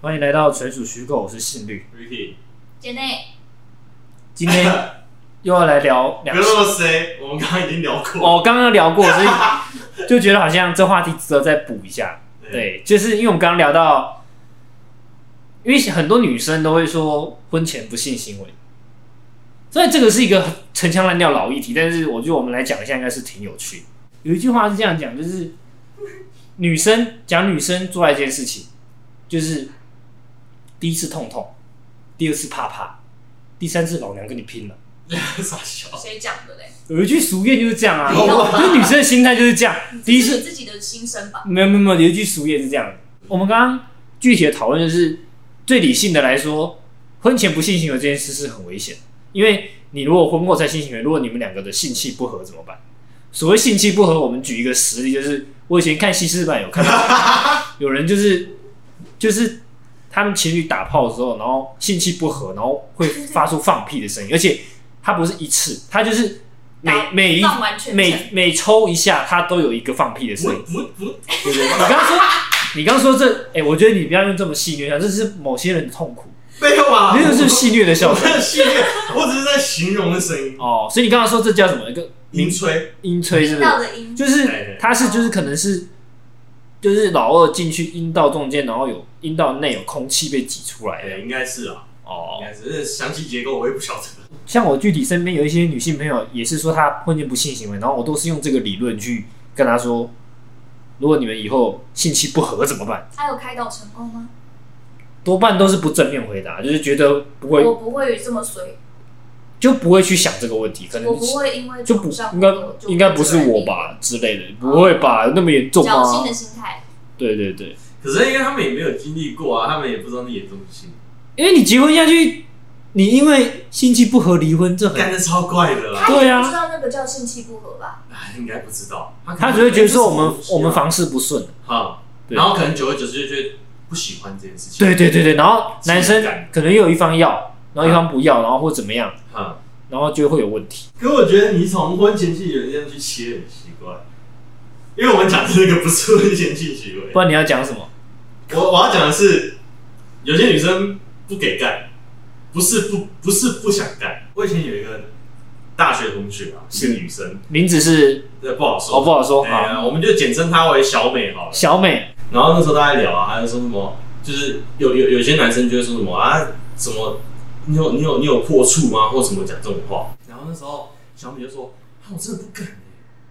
欢迎来到纯属虚构，我是信律。 Ricky，姐妹，今天 又要来聊不两要那么谁，我们刚刚已经聊过。哦，刚刚聊过，所以就觉得好像这话题值得再补一下。对，就是因为我们刚刚聊到，因为很多女生都会说婚前不性行为，所以这个是一个很陈腔滥调老议题，但是我觉得我们来讲一下应该是挺有趣。有一句话是这样讲，就是女生讲女生做爱这件事情，就是第一次痛痛，第二次怕怕，第三次老娘跟你拼了。傻笑。哦谁讲的嘞？有一句俗谚就是这样啊，有吗就是女生的心态就是这样，第一是次你自己的心声吧。没有没有没有，有一句俗谚是这样的。我们刚刚具体的讨论就是，最理性的来说，婚前不性行为这件事是很危险的，因为你如果婚后才性行为，如果你们两个的性气不合怎么办？所谓性气不合，我们举一个实例，就是我以前看西施版有看到 有人就是就是他们情侣打炮的时候，然后性气不合，然后会发出放屁的声音，而且他不是一次，他就是每打每一放完全程每每抽一下，他都有一个放屁的声音不。不不，对不对？你刚刚说，你刚刚说这，哎、我觉得你不要用这么戏谑，这是某些人的痛苦，没有啊，你这就是戏谑的笑我声 在戏虐，我只是在形容的声音，哦。所以你刚刚说这叫什么？一个明吹。阴吹，是听不是到？的音，就是它是就是可能是就是老二进去阴道中间，然后有阴道内有空气被挤出来的哎，应该是啊，应哦。该是详细结构我也不晓得。像我具体身边有一些女性朋友也是说她婚前不性行为，然后我都是用这个理论去跟她说，如果你们以后性气不合怎么办？他有开导成功吗？多半都是不正面回答，就是觉得不会我不会这么随，就不会去想这个问题，可能我不会因为就不床上应该我就应该不是我？吧之类的，不会吧？那么严重侥幸吗的？心态，对对对，可是因为他们也没有经历过啊，他们也不知道那严重性，因为你结婚下去，你因为性气不合离婚，这干很的超怪的啦。他对也啊不知道那个叫性气不合吧？哎应该不知道，他可能只会觉得说我们哎这是什么东西啊我们房事不顺。啊，对然后可能久而久之就觉得不喜欢这件事情。对对对对，然后情感男生可能又有一方嗯要，然后一方不要，然后或怎么样，哈。然后就会有问题。可我觉得你从婚前性行为这样去切很奇怪，因为我们讲的那个不是婚前性行为不。然你要讲什么？ 我我要讲的是，有些女生不给干，不是不不是不想干。我以前有一个大学同学啊，是是女生，名字是这不好哦说。不好说哎啊，呀我们就简称她为小美好了。小美然后那时候大家聊啊，她就说什么，就是有有有些男生就会说什么啊，什么你有你有你有破处吗，或什么讲这种话。然后那时候小美就说，啊，我真的不敢、欸，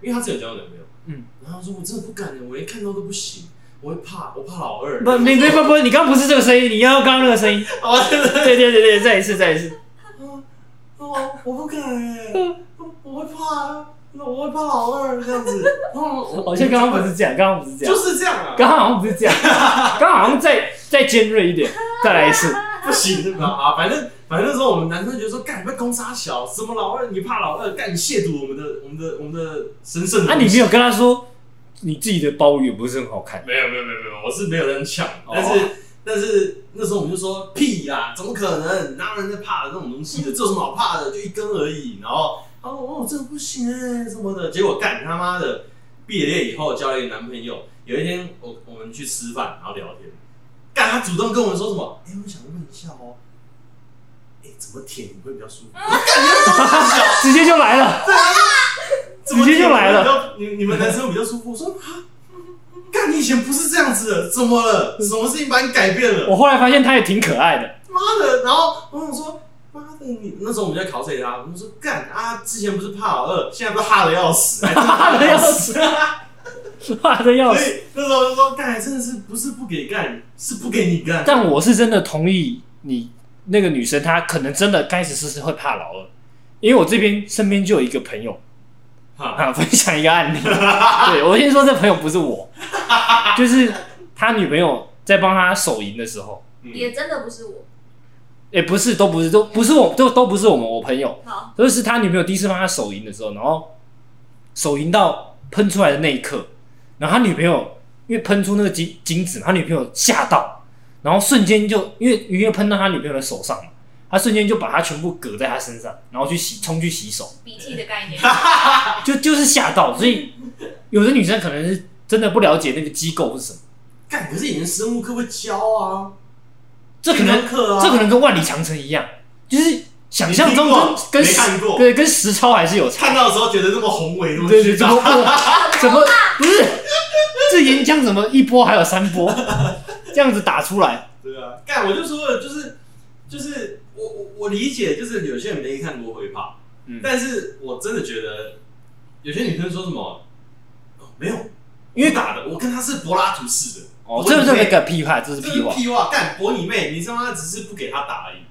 因为她真的有交过男朋友。嗯，然后她说我真的不敢、欸，我连看到都不行，我会怕，我怕老二。不，你不不不，你刚刚不是这个声音，你要刚刚那个声音。我真的，对对对对，再一次再一次。我我不敢、欸，我我会怕，那我会怕老二这样子。哦，好像刚刚不是这样，刚刚不是这样就。是这样啊， 刚刚好像不是这样，刚刚好像再再尖锐一点，再来一次。 不行对吧？啊，反正反正那时候我们男生觉得说，干你们攻杀小，什么老二，你怕老二，干你亵渎我们的我们的我们的神圣的那、东西。啊你没有跟他说你自己的包也不是很好 看，没有没有没有没有，我是没有人抢，哦但是、但是那时候我们就说屁啦，怎么可能？哪有人在怕的那种东西的？这有什么好怕的？就一根而已。然后他说哦，这个不行哎、什么的。结果干他妈的，毕了业以后交了一个男朋友。有一天我我们去吃饭，然后聊天，干他主动跟我们说什么？哎、我想问一下哦。哎，怎么舔你会比较舒服？直接就来了。怎么直接就来了。你你们男生会比较舒服？我说啊，干你以前不是这样子的，怎么了？什么事情把你改变了？我后来发现他也挺可爱的，妈的！然后我想说，妈的你，那时候我们就在考谁他，我们说干啊，之前不是怕老二，现在不是怕的要死，哎还真的怕的要 死，怕的要所死。以那时候我就说，干真的是不是不给干，是不给你干。但我是真的同意你那个女生，她可能真的开始是会怕老二，因为我这边身边就有一个朋友，哈，啊，分享一个案例。对我先说，这朋友不是我，就是他女朋友在帮他手淫的时候。嗯也真的不是我。也、不是，都不是，都不是我，都都不是我们我朋友，好，都是他女朋友第一次帮他手淫的时候，然后手淫到喷出来的那一刻，然后他女朋友因为喷出那个精精子嘛，他女朋友吓到，然后瞬间就因为因为喷到他女朋友的手上嘛，他瞬间就把他全部搁在他身上，然后去洗冲去洗手，鼻涕的 概念，就就是吓到，所以有的女生可能是真的不了解那个机构是什么，干，可是以前生物课会教啊，这可能必课啊，这可能跟万里长城一样，就是想象中你听过跟跟没实看过对跟实操还是有差。看到的时候觉得那么宏伟，那么对对，巨怎大么，怎么不是？这岩浆怎么一波还有三波？这样子打出来，对啊，干我就说了，就是就是我我我理解，就是有些人没看过会怕，嗯但是我真的觉得有些女生说什么、哦、没有，因为我打的我跟她是柏拉图式的，哦我，这这以为是个屁话，这是这屁是话。屁话，干博你妹！你他妈只是不给他打而已。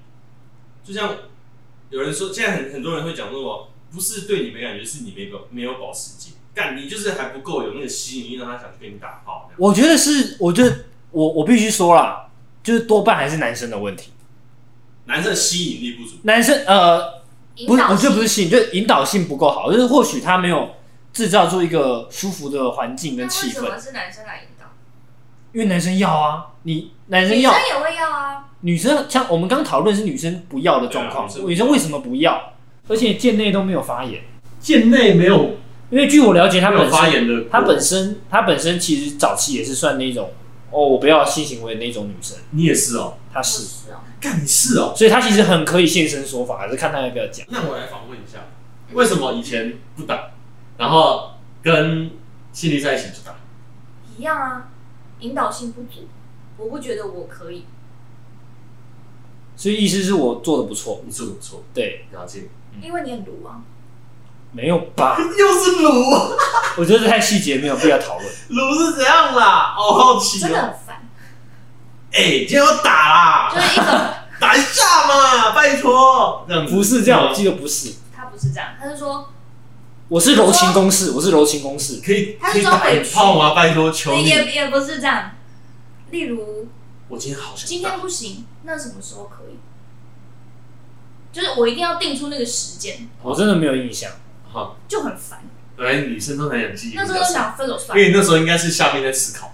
就像有人说，现在很很多人会讲说，不是对你没感觉，是你没有没有保时捷，干你就是还不够有那个吸引力，让他想去跟你打炮。这样我觉得是，我觉得我我必须说啦，就是多半还是男生的问题。男生的吸引力不足，男生呃，不引是，导我觉得性不是吸引，就是引导性不够好，就是或许他没有制造出一个舒服的环境那跟为气什氛么，是男生来引导？因为男生要啊，你男生女要生，也会要啊，女生像我们刚讨论是女生不要的状况，对啊女生为什么不要？而且贱内都没有发言，贱内没有因为据我了解，他没本有身发言的，他本身他本身其实早期也是算那种哦，我不要性行为的那种女生，你也是哦，她不是，是哦，干你是哦。所以她其实很可以现身说法，只是看她要不要讲。那我来访问一下，为什么以前不打，然后跟心力在一起就打？一样啊，引导性不足，我不觉得我可以，所以意思是我做的不错，你做的不错，对，了解。因为你很鲁啊，没有吧？ 又是卤，我觉得这太细节，没有必要讨论。 卤是怎样啦？好好奇真的哦。很烦，哎、今天要打就哦啦，是一种打一下嘛，拜托。这样子不是这样，我记得不是，他不是这样，他是说我是柔情公式，我是柔情公式。可以他可是以装打委一屈炮吗？拜托，求你。也也不是这样，例如我今天好想打。今天不行，那什么时候可以？就是我一定要定出那个时间，我真的没有印象，好，就很烦。本来女生通常养记忆，那时候就因想分手算了，为你那时候应该是下面在思考。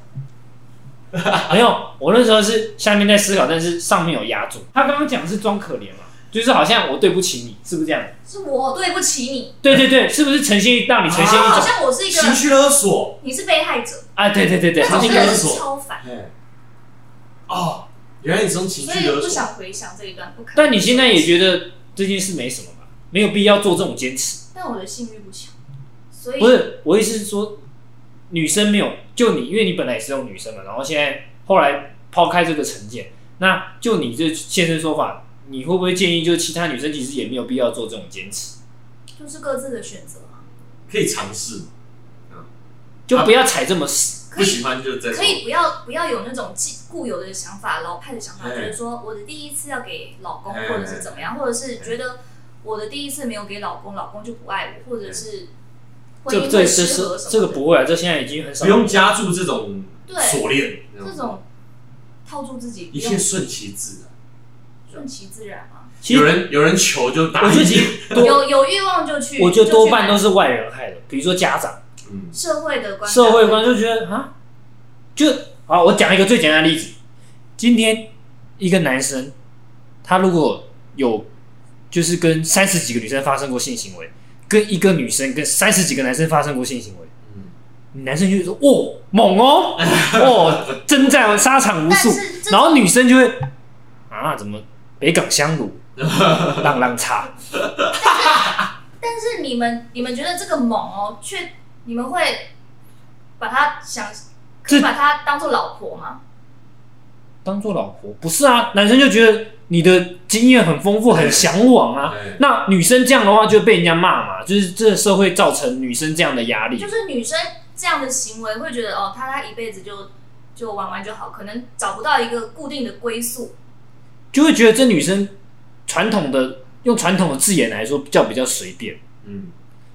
没有。我那时候是下面在思考，但是上面有压住。他刚刚讲的是装可怜嘛，就是好像我对不起你，是不是这样？是我对不起你，对对对，是不是呈现让你呈现一啊好种像我是一个情绪勒索。你是被害者，啊？对对对对，那种情绪真勒的索是超烦，哎，哦，原来你是用情所绪以勒我不索。想回想这一段，不可能。但你现在也，觉得这件事没什么吧？没有必要做这种坚持。但我的性欲不强，所以不是，我意思是说，女生没有就你，因为你本来也是用女生嘛，然后现在后来抛开这个成见，那就你这现身说法，你会不会建议，就是其他女生其实也没有必要做这种坚持，就是各自的选择啊，可以尝试，啊就不要踩这么死。可不以喜欢就再说可以不要不要有那种既固有的想法，老派的想法，哎觉得说我的第一次要给老公，哎或者是怎么样，或者是觉得我的第一次没有给老公，老公就不爱我，或者是婚这姻这会这失是和什这个么的，不会啊，这现在已经很少。不用加注这种对锁链，这种套住自己，不一切用顺其自然。顺其自然啊嘛。其有实人有人求就打，我觉得其实多，啊有有欲望就去，我觉得多半就去买都是外人害的，比如说家长。嗯，社会的观感社会观就觉得啊，就好，我讲一个最简单的例子，今天一个男生，他如果有就是跟三十几个女生发生过性行为，跟一个女生跟三十几个男生发生过性行为，嗯你男生就会说哦猛哦哦征战沙场无但数，是这然后女生就会啊怎么北港香炉浪浪叉，但是你们你们觉得这个猛哦，却你们会把他想，可这以把他当做老婆吗？当做老婆不是啊，男生就觉得你的经验很丰富很向往啊。哎那女生这样的话就被人家骂嘛，就是这个社会造成女生这样的压力就。是女生这样的行为会觉得哦，她她一辈子就就玩玩就好，可能找不到一个固定的归宿。就会觉得这女生传统的用传统的字眼来说叫比较随便，嗯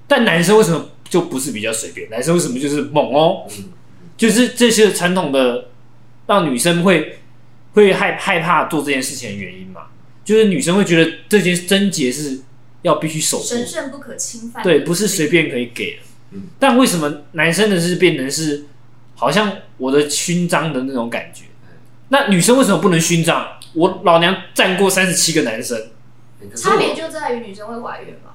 但男生为什么就不是比较随便？男生为什么就是猛哦？嗯，就是这些传统的让女生会会害害怕做这件事情的原因嘛，就是女生会觉得这件贞洁是要必须守护神的，圣不可侵犯，对，不是随便可以给的嗯。但为什么男生的是变成是好像我的勋章的那种感觉？那女生为什么不能勋章？我老娘战过三十七个男生。哎可是差别我就在于女生会怀孕吧？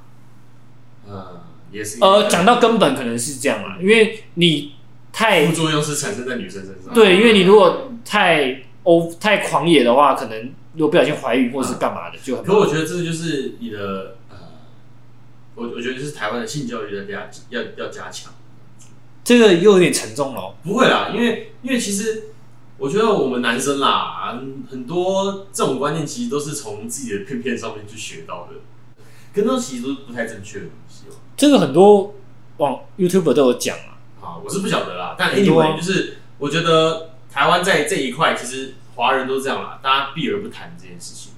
呃也是呃，讲到根本可能是这样啦，因为你太副作用是产生在女生身上，对，因为你如果太欧太狂野的话，可能如果不小心怀孕或是干嘛的，就很可我觉得这个就是你的呃，我我觉得就是台湾的性教育要加要要加强。这个又有点沉重了。哦不会啦，因为因为其实我觉得我们男生啦，很很多这种观念其实都是从自己的片片上面去学到的，可能其实都是不太正确的东西哦。这个很多网 YouTube 都有讲啊，啊，我是不晓得啦，但很多啊 anyway 就是我觉得台湾在这一块，其实华人都这样啦，大家避而不谈这件事情，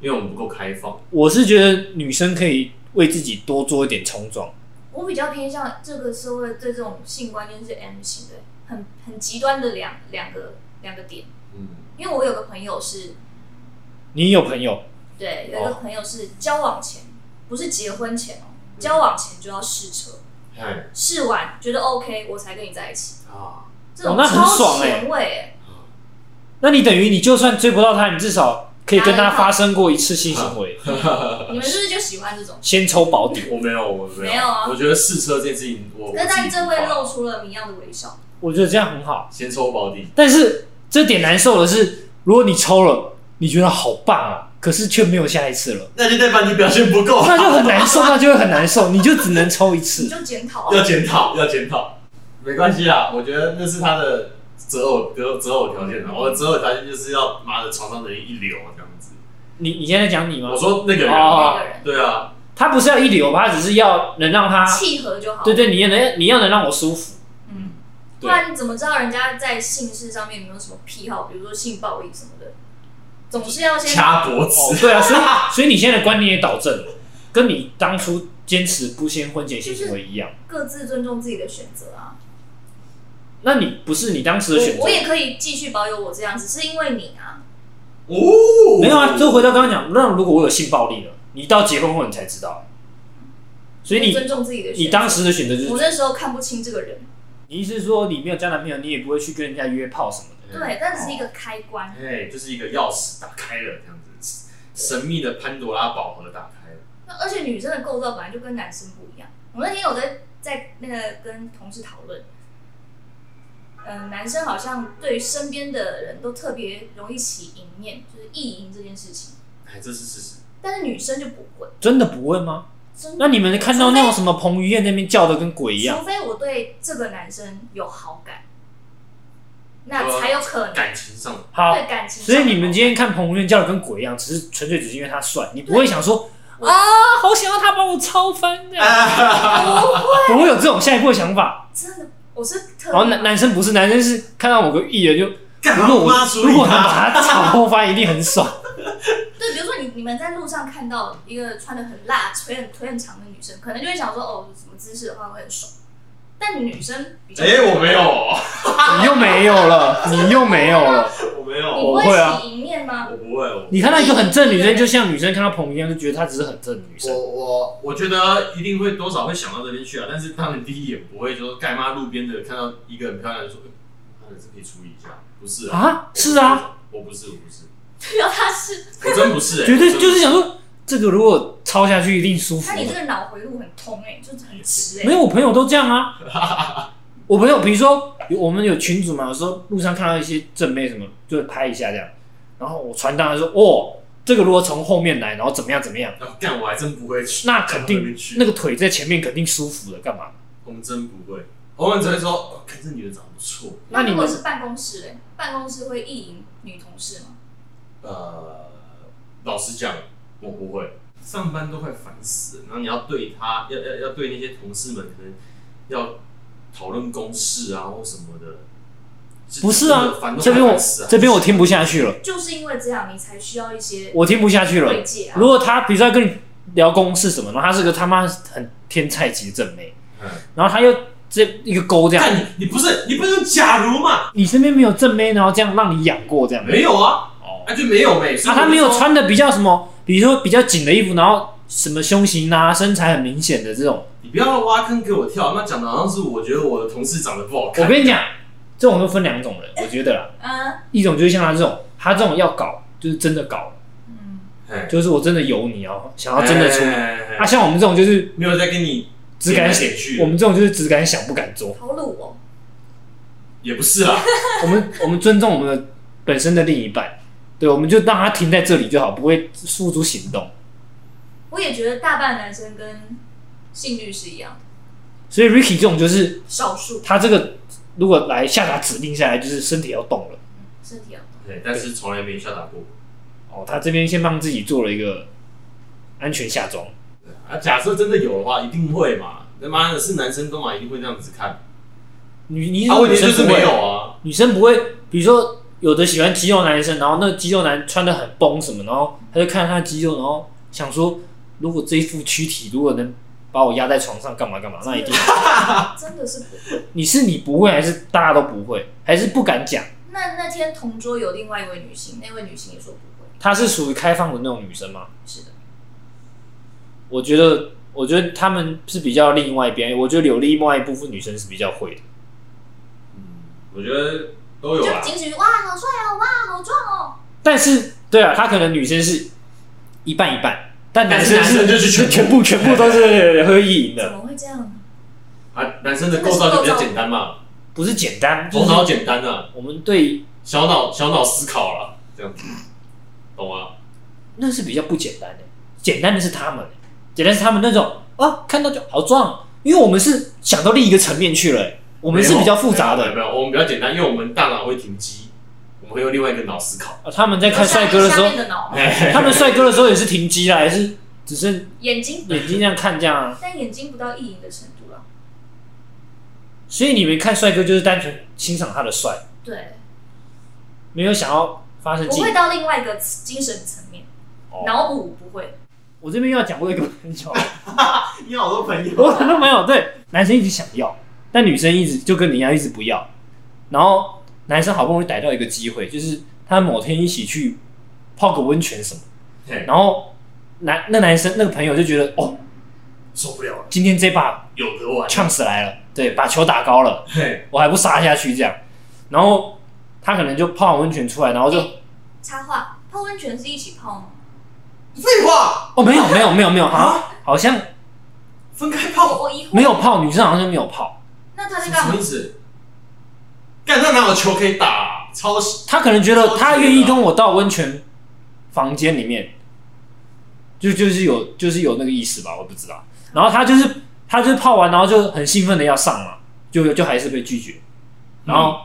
因为我们不够开放。我是觉得女生可以为自己多做一点冲撞。我比较偏向这个社会对这种性观念是 M 型的，很很极端的两两个两个点。嗯，因为我有个朋友是，你有朋友，对，哦有一个朋友是交往前，不是结婚前哦，嗯交往前就要试车，哎试完觉得 OK，我才跟你在一起。啊，这种哦那很超爽欸前卫、欸，那你等于你就算追不到她，你至少可以跟她发生过一次性行为，你们是不是就喜欢这种？先抽保底。我没有，我没有，没有啊我觉得试车这件事情，我我可是但自己这位不怕露出了谜样的微笑，我觉得这样很好。先抽保底，但是这点难受的是，如果你抽了，你觉得好棒啊，可是却没有下一次了，那就代表你表现不够 啊，那就很难受，那就会很难受，你就只能抽一你次。就检讨啊。要检讨，要检讨。没关系啦，我觉得那是他的择偶择择偶条件啊。我的择偶条件就是要妈的床上的人一流这样子。你你现在讲你吗我？说那个人哦啊那个人，对啊，他不是要一流，他只是要能让他，契合就好。啊对，对，你也能你要能让我舒服。嗯，不对然你怎么知道人家在性事上面有没有什么癖好，比如说性暴力什么的？总是要先掐脖哦，子，对啊，所以所以你现在的观念也导正了，跟你当初坚持不先婚前性行为一样。各自尊重自己的选择啊。那你不是你当时的选我择我，也可以继续保有我这样，只是因为你啊，哦，没有啊？就回到刚刚讲，那如果我有性暴力了，你到结婚后你才知道，所以我尊你重自己的选择。你当时的选择就我是，那时候看不清这个人，你意思是说你没有交男朋友，你也不会去跟人家约炮什么的。对，但只是一个开关。哎，就是一个钥匙打开了这样子，神秘的潘多拉宝盒打开了。那而且女生的构造本来就跟男生不一样。我那天有在在那个跟同事讨论，呃，男生好像对身边的人都特别容易起淫念，就是意淫这件事情，哎，这是事实。但是女生就不会。真的不会吗？真那你们看到那种什么彭于晏那边叫的跟鬼一样，除非我对这个男生有好感，那才有可能感情 上，好，对感情上所有好感。以你们今天看彭于晏叫的跟鬼一样，只是纯粹只是因为他帅，你不会想说我啊，好想要他把我超翻这样，哎哦不会有这种下一步的想法。真的，我是特然后意男男生不是，男生是看到某个艺人就，干如嘛果我我妈处如理果能他？把他炒翻，一定很爽。对，比如说你你们在路上看到一个穿的很辣、腿很腿很长的女生，可能就会想说哦，什么姿势的话会很爽。但女生比较，哎，我没有，你又没有 了，你又没有了。我没你有，不我会啊起淫念吗？ 我不会，我你看到一个很正的女生，就像女生看到彭于晏就觉得她只是很正的女我生。我我觉得一定会多少会想到这边去啊，但是当然第一眼不会说干妈路边的看到一个很漂亮的说，他的是可以处理一下，不是啊？啊，是啊，，我不是我不是，对啊，他是，我真不是、欸，绝对就是想想说，这个如果抄下去一定舒服那你这的。个脑回路很通哎、就是很直哎、没有，我朋友都这样啊。我朋友比如说，有我们有群主嘛，有时候路上看到一些正妹什么，就会拍一下这样。然后我传单他说，哦，这个如果从后面来，然后怎么样怎么样，啊干、我还真不会去，那肯我还没定去那个腿在前面肯定舒服的，干嘛？我们真不会，我们只会说，哦看这女的长得不错，那你如果们是办公室哎、办公室会意淫女同事吗？呃，老实讲，我不会，上班都快烦死了，然后你要对他，要要要对那些同事们，可能要讨论公事啊或什么的。不是啊真的烦，都这快边我烦死了这边我听不下去了，就是因为这样，你才需要一些我听不下去了慰。藉啊如。果他比如说跟你聊公事什么，然后他是个他妈很天菜级的正妹，嗯然后他又这一个勾这样，但你你不是你不是用假如嘛？你身边没有正妹，然后这样让你养过这样，没有啊，哦，那就没有呗。所啊以我就他没有说，穿的比较什么，比如说比较紧的衣服，然后什么胸型啊、身材很明显的这种，你不要挖坑给我跳，那讲的好像是我觉得我的同事长得不好我看。跟你讲，这种就分两种人，我觉得啦，嗯一种就是像他这种，他这种要搞就是真的搞，嗯，哎就是我真的有你哦，想要真的出，哎哎哎啊，像我们这种就是没有在跟你只敢点来点去我们这种就是只敢想不敢做。好鲁哦，也不是啦，我们我们尊重我们的本身的另一半，对，我们就让它停在这里就好，不会付诸行动。我也觉得大半男生跟性欲是一样的，所以 Ricky 这种就是少数他这个如果来下达指令下来，就是身体要动了。身体要动。对，但是从来没下打过。哦，他这边先帮自己做了一个安全下装。对啊，假设真的有的话，一定会嘛。他妈的是男生都嘛，一定会这样子看。女，你他、说问女题就生是不会没有，啊。女生不会，比如说有的喜欢肌肉男生，然后那个肌肉男穿的很崩什么，然后他就看他的肌肉，然后想说，如果这一副躯体如果能把我压在床上干嘛干嘛，那一定。真的是不会。你是你不会，还是大家都不会，还是不敢讲？那那天同桌有另外一位女性，那位女性也说不会。她是属于开放的那种女生吗？是的，我觉得，我觉得他们是比较另外一边，我觉得有另外一部分女生是比较会的。嗯，我觉得都有啊就啊啦。仅止于哇好帅哦，哇好壮哦，但是，对啊，他可能女生是一半一半，但男生但是男生就是全部全部全部都是会意淫怎的，么会这样呢？啊，男生的构造就比较简单嘛，不是简单，就头是脑简单啊，我们对小脑小脑思考啦，这样子，懂吗？那是比较不简单的，简单的是他们，简单是他们那种啊，看到就好壮，因为我们是想到另一个层面去了、欸我我们是比较复杂没有的。没有，我们比较简单，因为我们大脑会停机，我们会用另外一个脑思考。啊他们在看帅哥的时啊下候哎面，的脑， 他们帅哥的时候也是停机啦，还是只是眼睛，眼睛这样看这样、啊。但眼睛不到意淫的程度啊了。所以你们看帅哥就是单纯欣赏他的帅，对，没有想要发生不进会到另外一个精神层面哦，脑补不会。我这边又要讲过一个朋友， 你好多朋我很多朋友对男生一直想要，但女生一直就跟你一样一直不要。然后男生好不容易逮到一个机会，就是他某天一起去泡个温泉什么，嘿然后男那男生那个朋友就觉得哦，受不了了，今天这把有得玩。 chance 来了，对，把球打高了，嘿，我还不杀下去这样。然后他可能就泡完温泉出来，然哦后就、哎插话，泡温泉是一起泡吗？废话，哦没有没有没有没有啊，好像分开我泡我疑惑，哦没有泡，女生好像没有泡。那他在什干么嘛意？思？干，那哪有球可以打啊、超级他可能觉得他愿意跟我到温泉房间里面，就就是有就是有那个意思吧，我不知道。然后他就是他就是泡完，然后就很兴奋的要上嘛，就就还是被拒绝。然后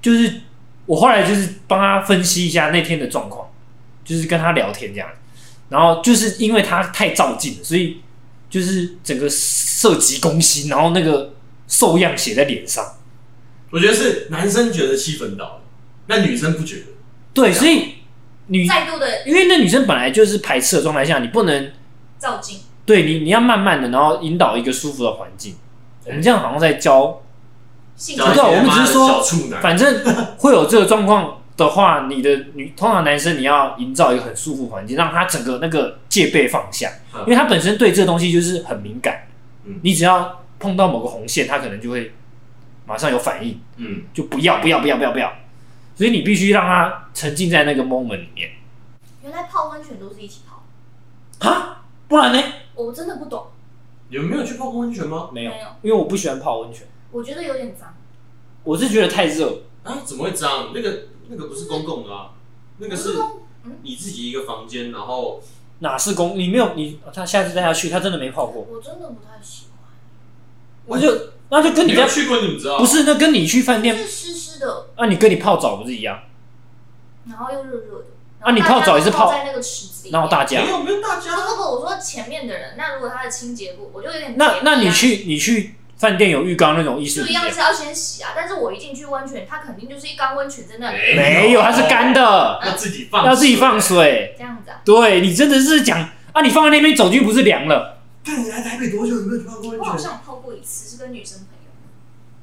就是我后来就是帮他分析一下那天的状况，就是跟他聊天这样。然后就是因为他太照镜了，所以就是整个涉及攻心，然后那个受样写在脸上。我觉得是男生觉得气氛到了，那女生不觉得。对，所以女再度的因为那女生本来就是排斥的状态下，你不能照镜，对你，你要慢慢的，然后引导一个舒服的环境。我们这样好像在教，性不知道我们只是说小处男，反正会有这个状况的话，你的女通常男生你要营造一个很舒服环境，让他整个那个戒备放下，嗯因为他本身对这个东西就是很敏感嗯。你只要碰到某个红线，他可能就会马上有反应，嗯，就不要不要不要不要不要。所以你必须让他沉浸在那个 moment 里面原来泡温泉都是一起泡，啊，不然呢？我真的不懂，你们没有去泡过温泉吗？没有没有，因为我不喜欢泡温泉。我觉得有点脏。我是觉得太热，啊，怎么会脏？那个那个不是公共的啊，那个不是是公嗯你自己一个房间，然后哪是公？你没有你，他下次带他去，他真的没泡过。我真的不太喜欢，我就那就跟你你没有在去过，你不知道不是那跟你去饭就店，是湿湿的，那、你跟你泡澡不是一样？然后又热热的。啊你泡澡也是泡泡在那个池子里面，然后大没家，有没有大然后家如果我说前面的人，那如果他的清洁不，我就有点洁那癖啊那你去你去饭店有浴缸那种意就式一比样是要先洗啊，但是我一进去温泉，它肯定就是一缸温泉在那里，没有，它是干，的，要自己放，要自己放。水。这样子啊，对你真的是讲啊，你放在那边走进去不是凉了？看你来台北多久？有没有去泡过我温好泉？像泡过一次，是跟女生朋友，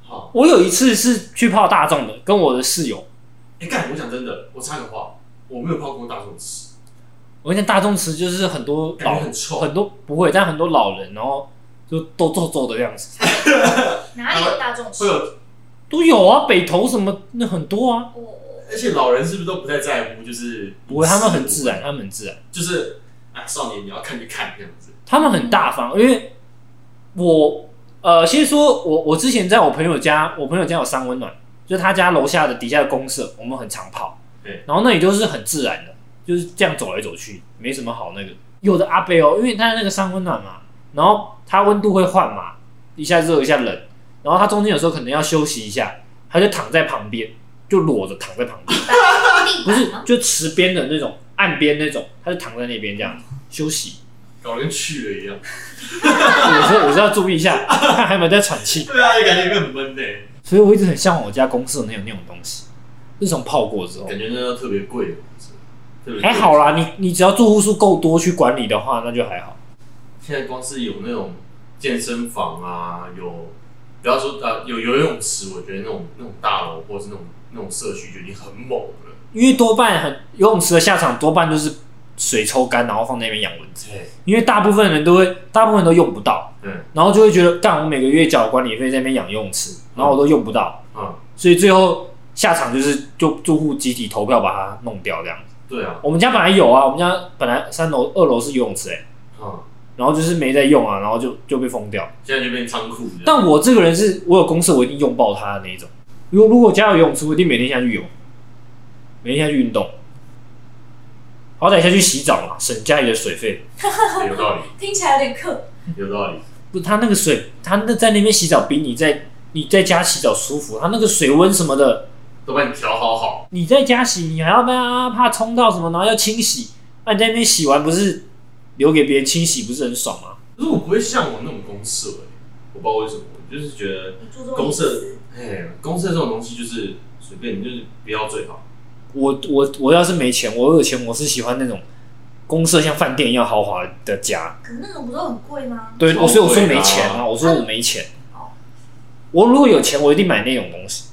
好，我有一次是去泡大众的，跟我的室友，哎，干，我讲真的，我插个话，我没有泡过大众池，我跟你讲，大众池就是很多感老觉很臭。哦很多不会，但很多老人，然后就都皱皱的样子，哪里有大众会池？有，都有啊，北投什么那很多啊。我我而且老人是不是都不太在乎？就是不会，他们很自然，，他们很自然，就是啊，少年你要看就看这样子。他们很大方。因为我呃，先说我我之前在我朋友家，我朋友家有三温暖，就是他家楼下的底下的公社，我们很常泡。对然后那也就是很自然的，就是这样走来走去，没什么好那个。有的阿贝哦，因为它那个三温暖嘛，然后它温度会换嘛，一下热一下冷，然后它中间有时候可能要休息一下，它就躺在旁边，就裸着躺在旁边，地不板是吗？就池边的那种岸边那种，它就躺在那边这样休息。搞得跟去了一样。我说我是要注意一下，看还有没有在喘气。对啊，感觉会很闷诶，所以我一直很向往我家公司的那种那种东西，自从泡过之后，感觉那要特别贵，特别贵还好。啦。你你只要住户数够多去管理的话，那就还好。现在光是有那种健身房啊，有不要说啊，有游泳池，我觉得那种那种大楼或是那种那种社区就已经很猛了。因为多半很游泳池的下场多半都是水抽干，然后放在那边养蚊子。对，因为大部分人都会，大部分人都用不到，嗯然后就会觉得，干我每个月缴管理费在那边养游泳池，然后我都用不到，啊，所以最后下场就是就住户集体投票把它弄掉这样子。对啊，我们家本来有啊，我们家本来三楼、二楼是游泳池、欸，啊，然后就是没在用啊，然后就就被封掉。现在就变仓库这样。但我这个人是我有公司，我一定用爆它的那一种。如果如果家有游泳池，我一定每天下去游，每天下去运动，好歹下去洗澡嘛，省家里的水费。对有道理，听起来有点克。有道理。不，他那个水，他那在那边洗澡比你在你在家洗澡舒服，他那个水温什么的，都把你调好好，你在家洗，你还要怕怕冲到什么，然后要清洗，那你在那边洗完不是留给别人清洗，不是很爽吗？可是我不会向往那种公社、欸，我不知道为什么，我就是觉得你注重公隐社私，，哎，公社这种东西就是随便，你就是不要最好。我我我要是没钱，我有钱，我是喜欢那种公社像饭店一样豪华的家。可是那种不都很贵吗？对，超我所以我说贵的没啊钱啊，我说我没钱哦。我如果有钱，我一定买那种东西。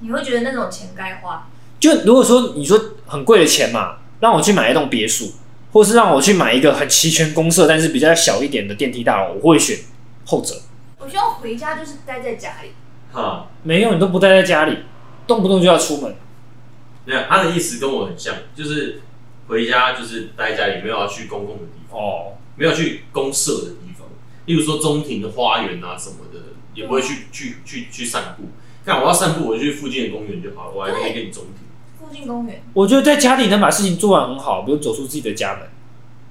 你会觉得那种钱该花，就如果说你说很贵的钱嘛，让我去买一栋别墅，或是让我去买一个很齐全公社但是比较小一点的电梯大楼，我会选后者。我希望回家就是待在家里，哈，没有，你都不待在家里，动不动就要出门。没有，他的意思跟我很像，就是回家就是待家里，没有要去公共的地方，哦，没有去公社的地方，例如说中庭的花园啊什么的，也不会去去去去散步。看我要散步，我就去附近的公园就好了，我还可以跟你中庭。附近公园。我觉得在家里能把事情做完很好，比如走出自己的家门，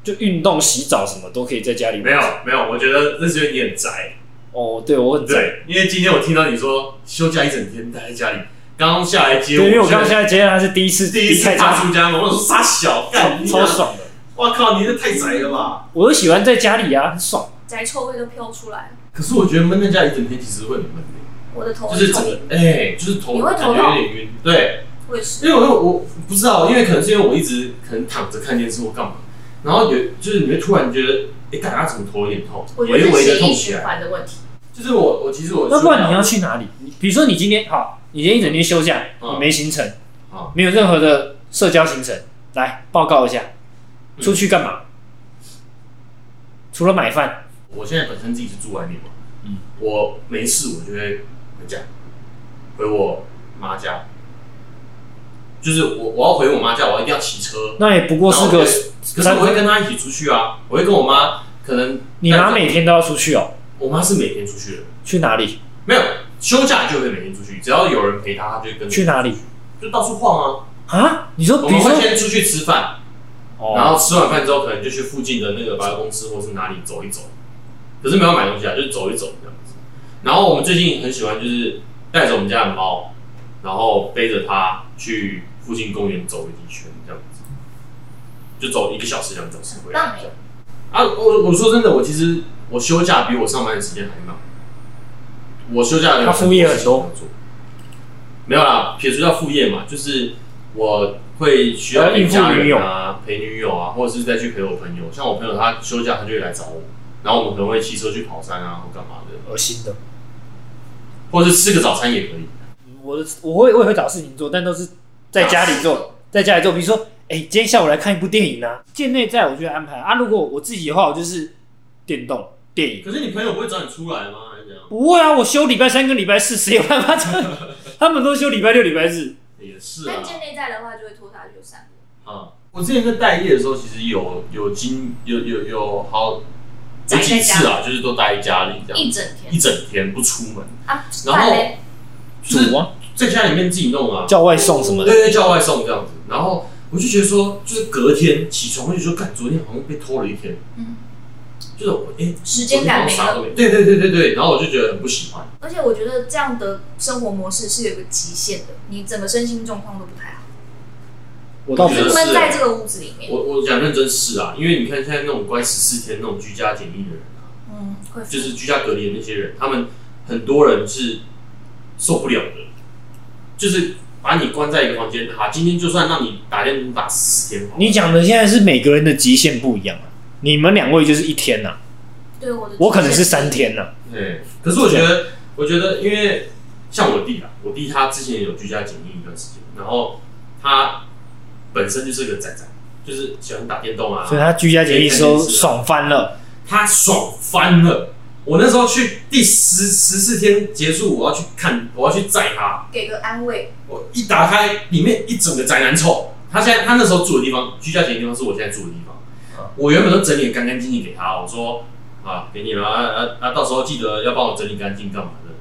就运动、洗澡什么都可以在家里。没有没有，我觉得那是因为你很宅。哦，对我很宅。对，因为今天我听到你说休假一整天待在家里，刚刚下来接我，对，因为我刚现在接他是第一次第一次离开踏家，出家门，我说傻小，干你超啊！爽的。哇靠，你这太宅了吧！我就喜欢在家里啊，很爽。宅臭味都飘出来了，可是我觉得闷在家里一整天其实会很闷的，我的头就很是痛整个哎、就是头你会感头觉痛有点晕。对，我也是，因为我我不知道，因为可能是因为我一直可能躺着看电视或干嘛，然后有就是你会突然觉得，哎、感觉怎么头有点痛，我觉微得微是的血痛液起循来。环的问题。就是我我其实我那不然你要去哪里？你比如说你今天好，你今天一整天休假，嗯你没行程嗯，没有任何的社交行程，来报告一下，嗯出去干嘛？除了买饭，我现在本身自己是住外面嘛，嗯，我没事我就会回家，回我妈家，就是我我要回我妈家，我一定要骑车。那也不过是个然后。可是我会跟她一起出去啊，我会跟我妈，可能你妈每天都要出去哦，我妈是每天出去的，去哪里？没有休假就会每天出去，只要有人陪她，她就会跟着去哪里就到处晃啊。啊？你说我比们如说会，先出去吃饭，然哦，后吃完饭之后，可能就去附近的那个百货公司或是哪里走一走，可是没有买东西啊，就是走一走这样子。然后我们最近很喜欢就是带着我们家的猫，然后背着它去附近公园走一圈这样子，就走一个小时两个小时回很来。棒哎，啊，我我说真的，我其实我休假比我上班的时间还忙。我休假的他副业很多工作，没有啦，撇除掉副业嘛，就是我会需要要应陪付家女友人啊，陪女友啊，或者是再去陪我朋友。像我朋友他休假，他就会来找我，然后我们可能会骑车去跑山啊，或干嘛的，恶心的。或者是吃个早餐也可以。我的我会我也会找事情做，但都是在家里啊做，在家里做。比如说，哎、今天下午来看一部电影啊，见内在我就会安排啊。如果我自己的话，我就是电动电影。可是你朋友不会找你出来吗？还是怎样？不会啊，我休礼拜三跟礼拜四，谁有办法这样？他们都休礼拜六、礼拜日。也是啊但。见内在的话就会拖他去散步。啊，我之前在待业的时候，其实有有经有有有好有几次啊，就是都待在家里这样，一整天一整天不出门，啊，然后饭嘞就是啊，在家里面自己弄啊，叫外送什么的。对对，叫外送这样子。然后我就觉得说，就是隔天起床，我就说，干，昨天好像被偷了一天，嗯，就是我哎，时间感没我好像啥了都。对对对对对，然后我就觉得很不喜欢。而且我觉得这样的生活模式是有一个极限的，你整个身心状况都不太好，我倒觉不得欸就是闷在这个屋子里面，我我讲认真是啊，因为你看现在那种关十四天那种居家检疫的人啊，嗯，会就是居家隔离的那些人，他们很多人是受不了的，就是把你关在一个房间，哈，今天就算让你打电动打十四天好了，你讲的现在是每个人的极限不一样啊，你们两位就是一天呐、啊对我的，我可能是三，天啊呐、对，可是我觉得，我觉得，因为像我弟啊，我弟他之前也有居家检疫一段时间，然后他本身就是个宅宅，就是喜欢打电动啊，所以他居家检疫时候可以看电视啊爽翻了，他爽翻了。我那时候去第十十四天结束，我要去看，我要去载他，给个安慰，我一打开里面一整个宅男臭。他现在他那时候住的地方，居家检疫地方是我现在住的地方。我原本都整理得干干净净给他，我说啊，给你了啊啊啊，到时候记得要帮我整理干净干嘛的。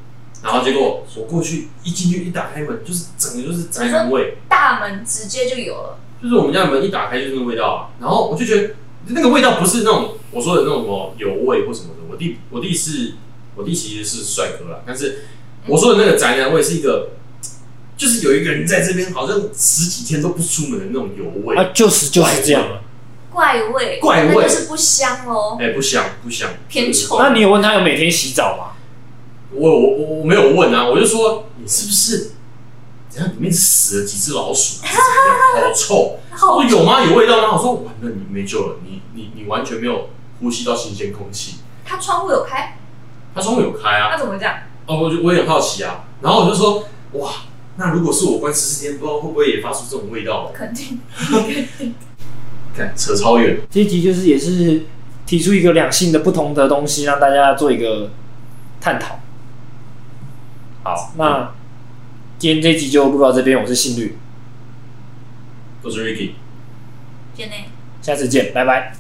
然后结果我过去一进去一打开门，就是整个就是宅男味，大门直接就有了，就是我们家门一打开就是那个味道啊。然后我就觉得那个味道不是那种我说的那种什么油味或什么的。我弟我弟是我弟其实是帅哥啦，但是我说的那个宅男味是一个，就是有一个人在这边好像十几天都不出门的那种油味，哎、啊，就是就是这样啊。怪味，怪味那就是不香哦，哎不香不香，偏哦臭那你有问他有每天洗澡吗？我我我我没有问啊，我就说你是不是？怎样？里面死了几只老鼠，还是怎么样？好臭！好我说有吗？有味道吗？我说完了，你没救了，你你你完全没有呼吸到新鲜空气。他窗户有开，他窗户有开啊，那怎么讲？哦，我就我也很好奇啊。然后我就说，哇，那如果是我关十四天，不知道会不会也发出这种味道？肯定，看扯超远，这一集就是也是提出一个两性的不同的东西，让大家做一个探讨。好，那今天这一集就录到这边，我是信律，都是 Ricky。姐内。下次见，拜拜。